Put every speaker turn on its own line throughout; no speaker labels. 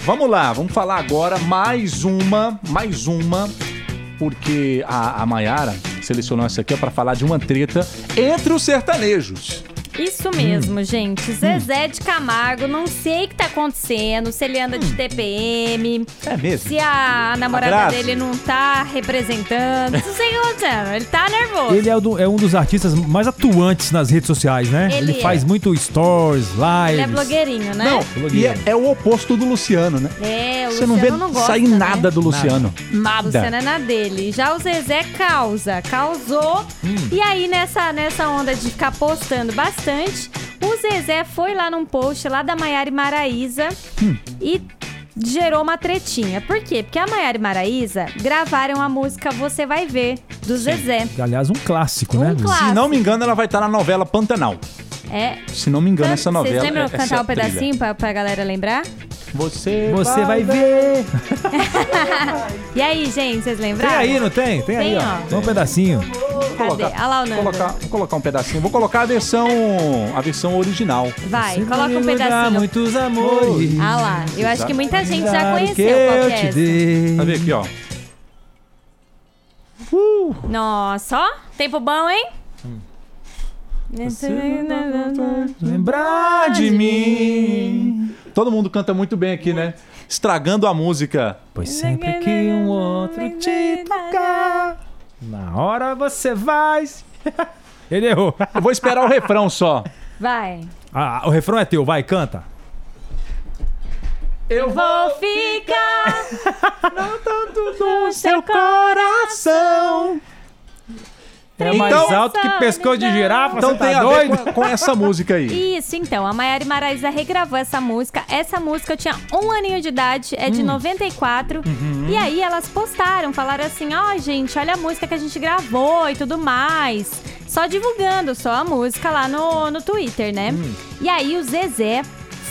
Vamos lá, vamos falar agora mais uma, mais uma, porque a, a Maiara selecionou essa aqui para falar de uma treta entre os sertanejos.
Isso mesmo, gente. Zezé de Camargo, não sei o que tá acontecendo, se ele anda de TPM,
É mesmo?
se a namorada
Hum. Abraço.
dele não tá representando. Não sei o que tá acontecendo. Ele tá nervoso.
Ele é, do- é um dos artistas mais atuantes nas redes sociais, né?
Ele
Ele,
é.
faz muito stories, lives.
Ele é blogueirinho, né?
Não, e é,
Blogueiro.
é o oposto do Luciano, né?
É, o
Você não
Luciano
vê
não gosta,
sair
né?
nada do Luciano. Nada.
Luciana é na dele. Já o Zezé causa, causou.
Hum.
E aí, nessa, nessa onda de ficar postando bastante, o Zezé foi lá num post lá da Maiara e Maraíza
Hum.
e gerou uma tretinha. Por quê? Porque a Maiara e Maraíza gravaram a música Você Vai Ver, do Zezé.
Aliás, um clássico,
Um
né? Luiz?
clássico.
Se não me engano, ela vai estar na novela Pantanal.
É.
Se não me engano, essa novela.
Vocês lembram
é-
cantar
essa
um
trilha.
pedacinho pra, pra galera lembrar?
Você,
Você vai ver.
E aí, gente, vocês
Tem
lembraram?
aí, não tem? Tem, aí,
Tem,
ó.
ó.
Só um pedacinho.
Cadê?
Colocar,
Olha lá o
vou
Nando.
colocar, vou colocar um pedacinho. Vou colocar a versão, a versão original.
Vai,
Você
coloca
vai
um
me dar
pedacinho.
muitos amores.
Ah lá, eu acho que muita gente já
Claro
conheceu
que
qual
eu
que é
te
essa.
dei.
Tá vendo aqui, ó?
Nossa, ó, tempo bom, hein?
Lembrar de mim.
Todo mundo canta muito bem aqui, né? Estragando a música.
Pois sempre que um outro te tocar, na hora você vai. Ele errou.
Eu vou esperar o refrão só.
Vai.
Ah, o refrão é teu, vai, canta.
Eu
Vou ficar
tanto do seu coração.
É
Então-
mais alto que pescoço de girafa,
Então
você tá
tem a ver
doido?
com, com essa música aí.
Isso, então, a Maiara Maraíza regravou essa música. Essa música eu tinha um aninho de idade, é de
Hum.
94.
Uhum.
E aí elas postaram, falaram assim: ó, gente, olha a música que a gente gravou e tudo mais. Só divulgando só a música lá no, no Twitter, né?
Hum.
E aí o Zezé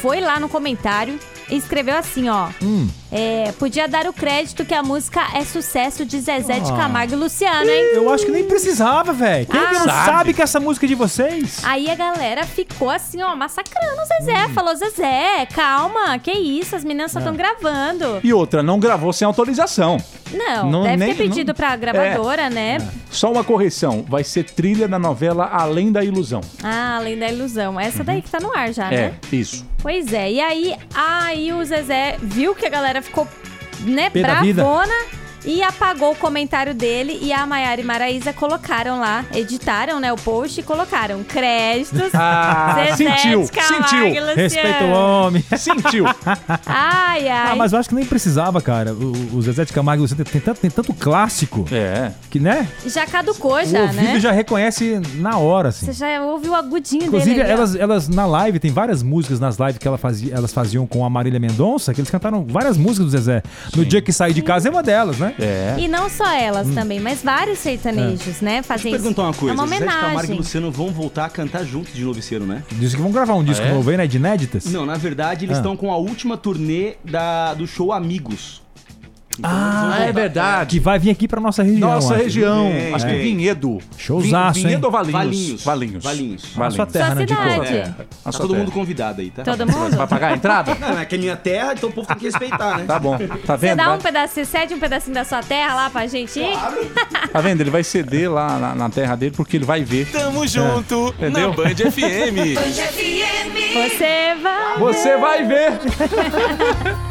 foi lá no comentário e escreveu assim: ó.
Hum.
é, podia dar o crédito que a música é sucesso de Zezé de
Ah.
Camargo e Luciano, hein?
Eu acho que nem precisava, velho. Quem que não
Sabe.
sabe. que essa música é de vocês?
Aí a galera ficou assim, ó, massacrando o Zezé.
Hum.
Falou, Zezé, calma, que isso, as meninas só
É.
estão gravando.
E outra, não gravou sem autorização.
Não,
Não, É.
deve
nem-
ter pedido
não-
pra gravadora, né?
Só uma correção. Vai ser trilha da novela Além da Ilusão.
Ah, além da ilusão. Essa daí que tá no ar já, né?
Uhum. É, isso.
Pois é, e aí, aí o Zezé viu que a galera ficou, né,
Pé da vida.
bravona e apagou o comentário dele. E a Maiara e Maraísa colocaram lá, editaram, né, o post e colocaram créditos.
Ah,
Zezé
sentiu,
de Camargo
sentiu.
e Luciano.
Respeita o homem.
Sentiu.
Ai, ai.
Ah, mas eu acho que nem precisava, cara. O, o Zezé de Camargo e Luciano tem tanto, tem tanto clássico
É.
que, né?
Já caducou já,
o ouvido
né?
já reconhece na hora, assim.
Você já ouviu o agudinho
Inclusive,
dele. ali, ó.
elas, elas na live, tem várias músicas nas lives que ela fazia, elas faziam com a Marília Mendonça, que eles cantaram várias músicas do Zezé. No dia que saí de casa é uma delas, né?
É.
E não só elas também, mas vários sertanejos, né? Fazem isso.
Perguntar uma coisa,
É uma
Zé de Camargo e
homenagem.
Luciano vão voltar a cantar juntos de novo esse ano, né?
Diz que vão gravar um disco
Ah, é?
novo aí, né? De inéditas.
Não, na verdade eles
Ah.
estão com a última turnê da, do show Amigos. Então, eles vão
Ah, é
voltar.
Que
verdade.
vai vir aqui pra nossa região.
Nossa
acho.
região.
Vem,
acho que
vem.
Vinhedo.
Showzaço,
Vin- Vinhedo ou Valinhos?
Valinhos.
Valinhos.
Valinhos.
A sua terra,
Sua
né, de cor.
cidade.
É,
A sua
tá todo
terra.
mundo convidado aí, tá?
Todo
Você vai
mundo?
pagar a entrada?
Não, é que é minha terra, então o povo tem que respeitar, né?
Tá bom. Tá
Você
vendo?
dá
Vai-
um pedacinho, cede um pedacinho da sua terra lá pra gente ir?
Tá vendo? Ele vai ceder lá na, na terra dele porque ele vai ver.
Tamo junto na
Entendeu?
Band FM.
Você vai.
Você vai ver.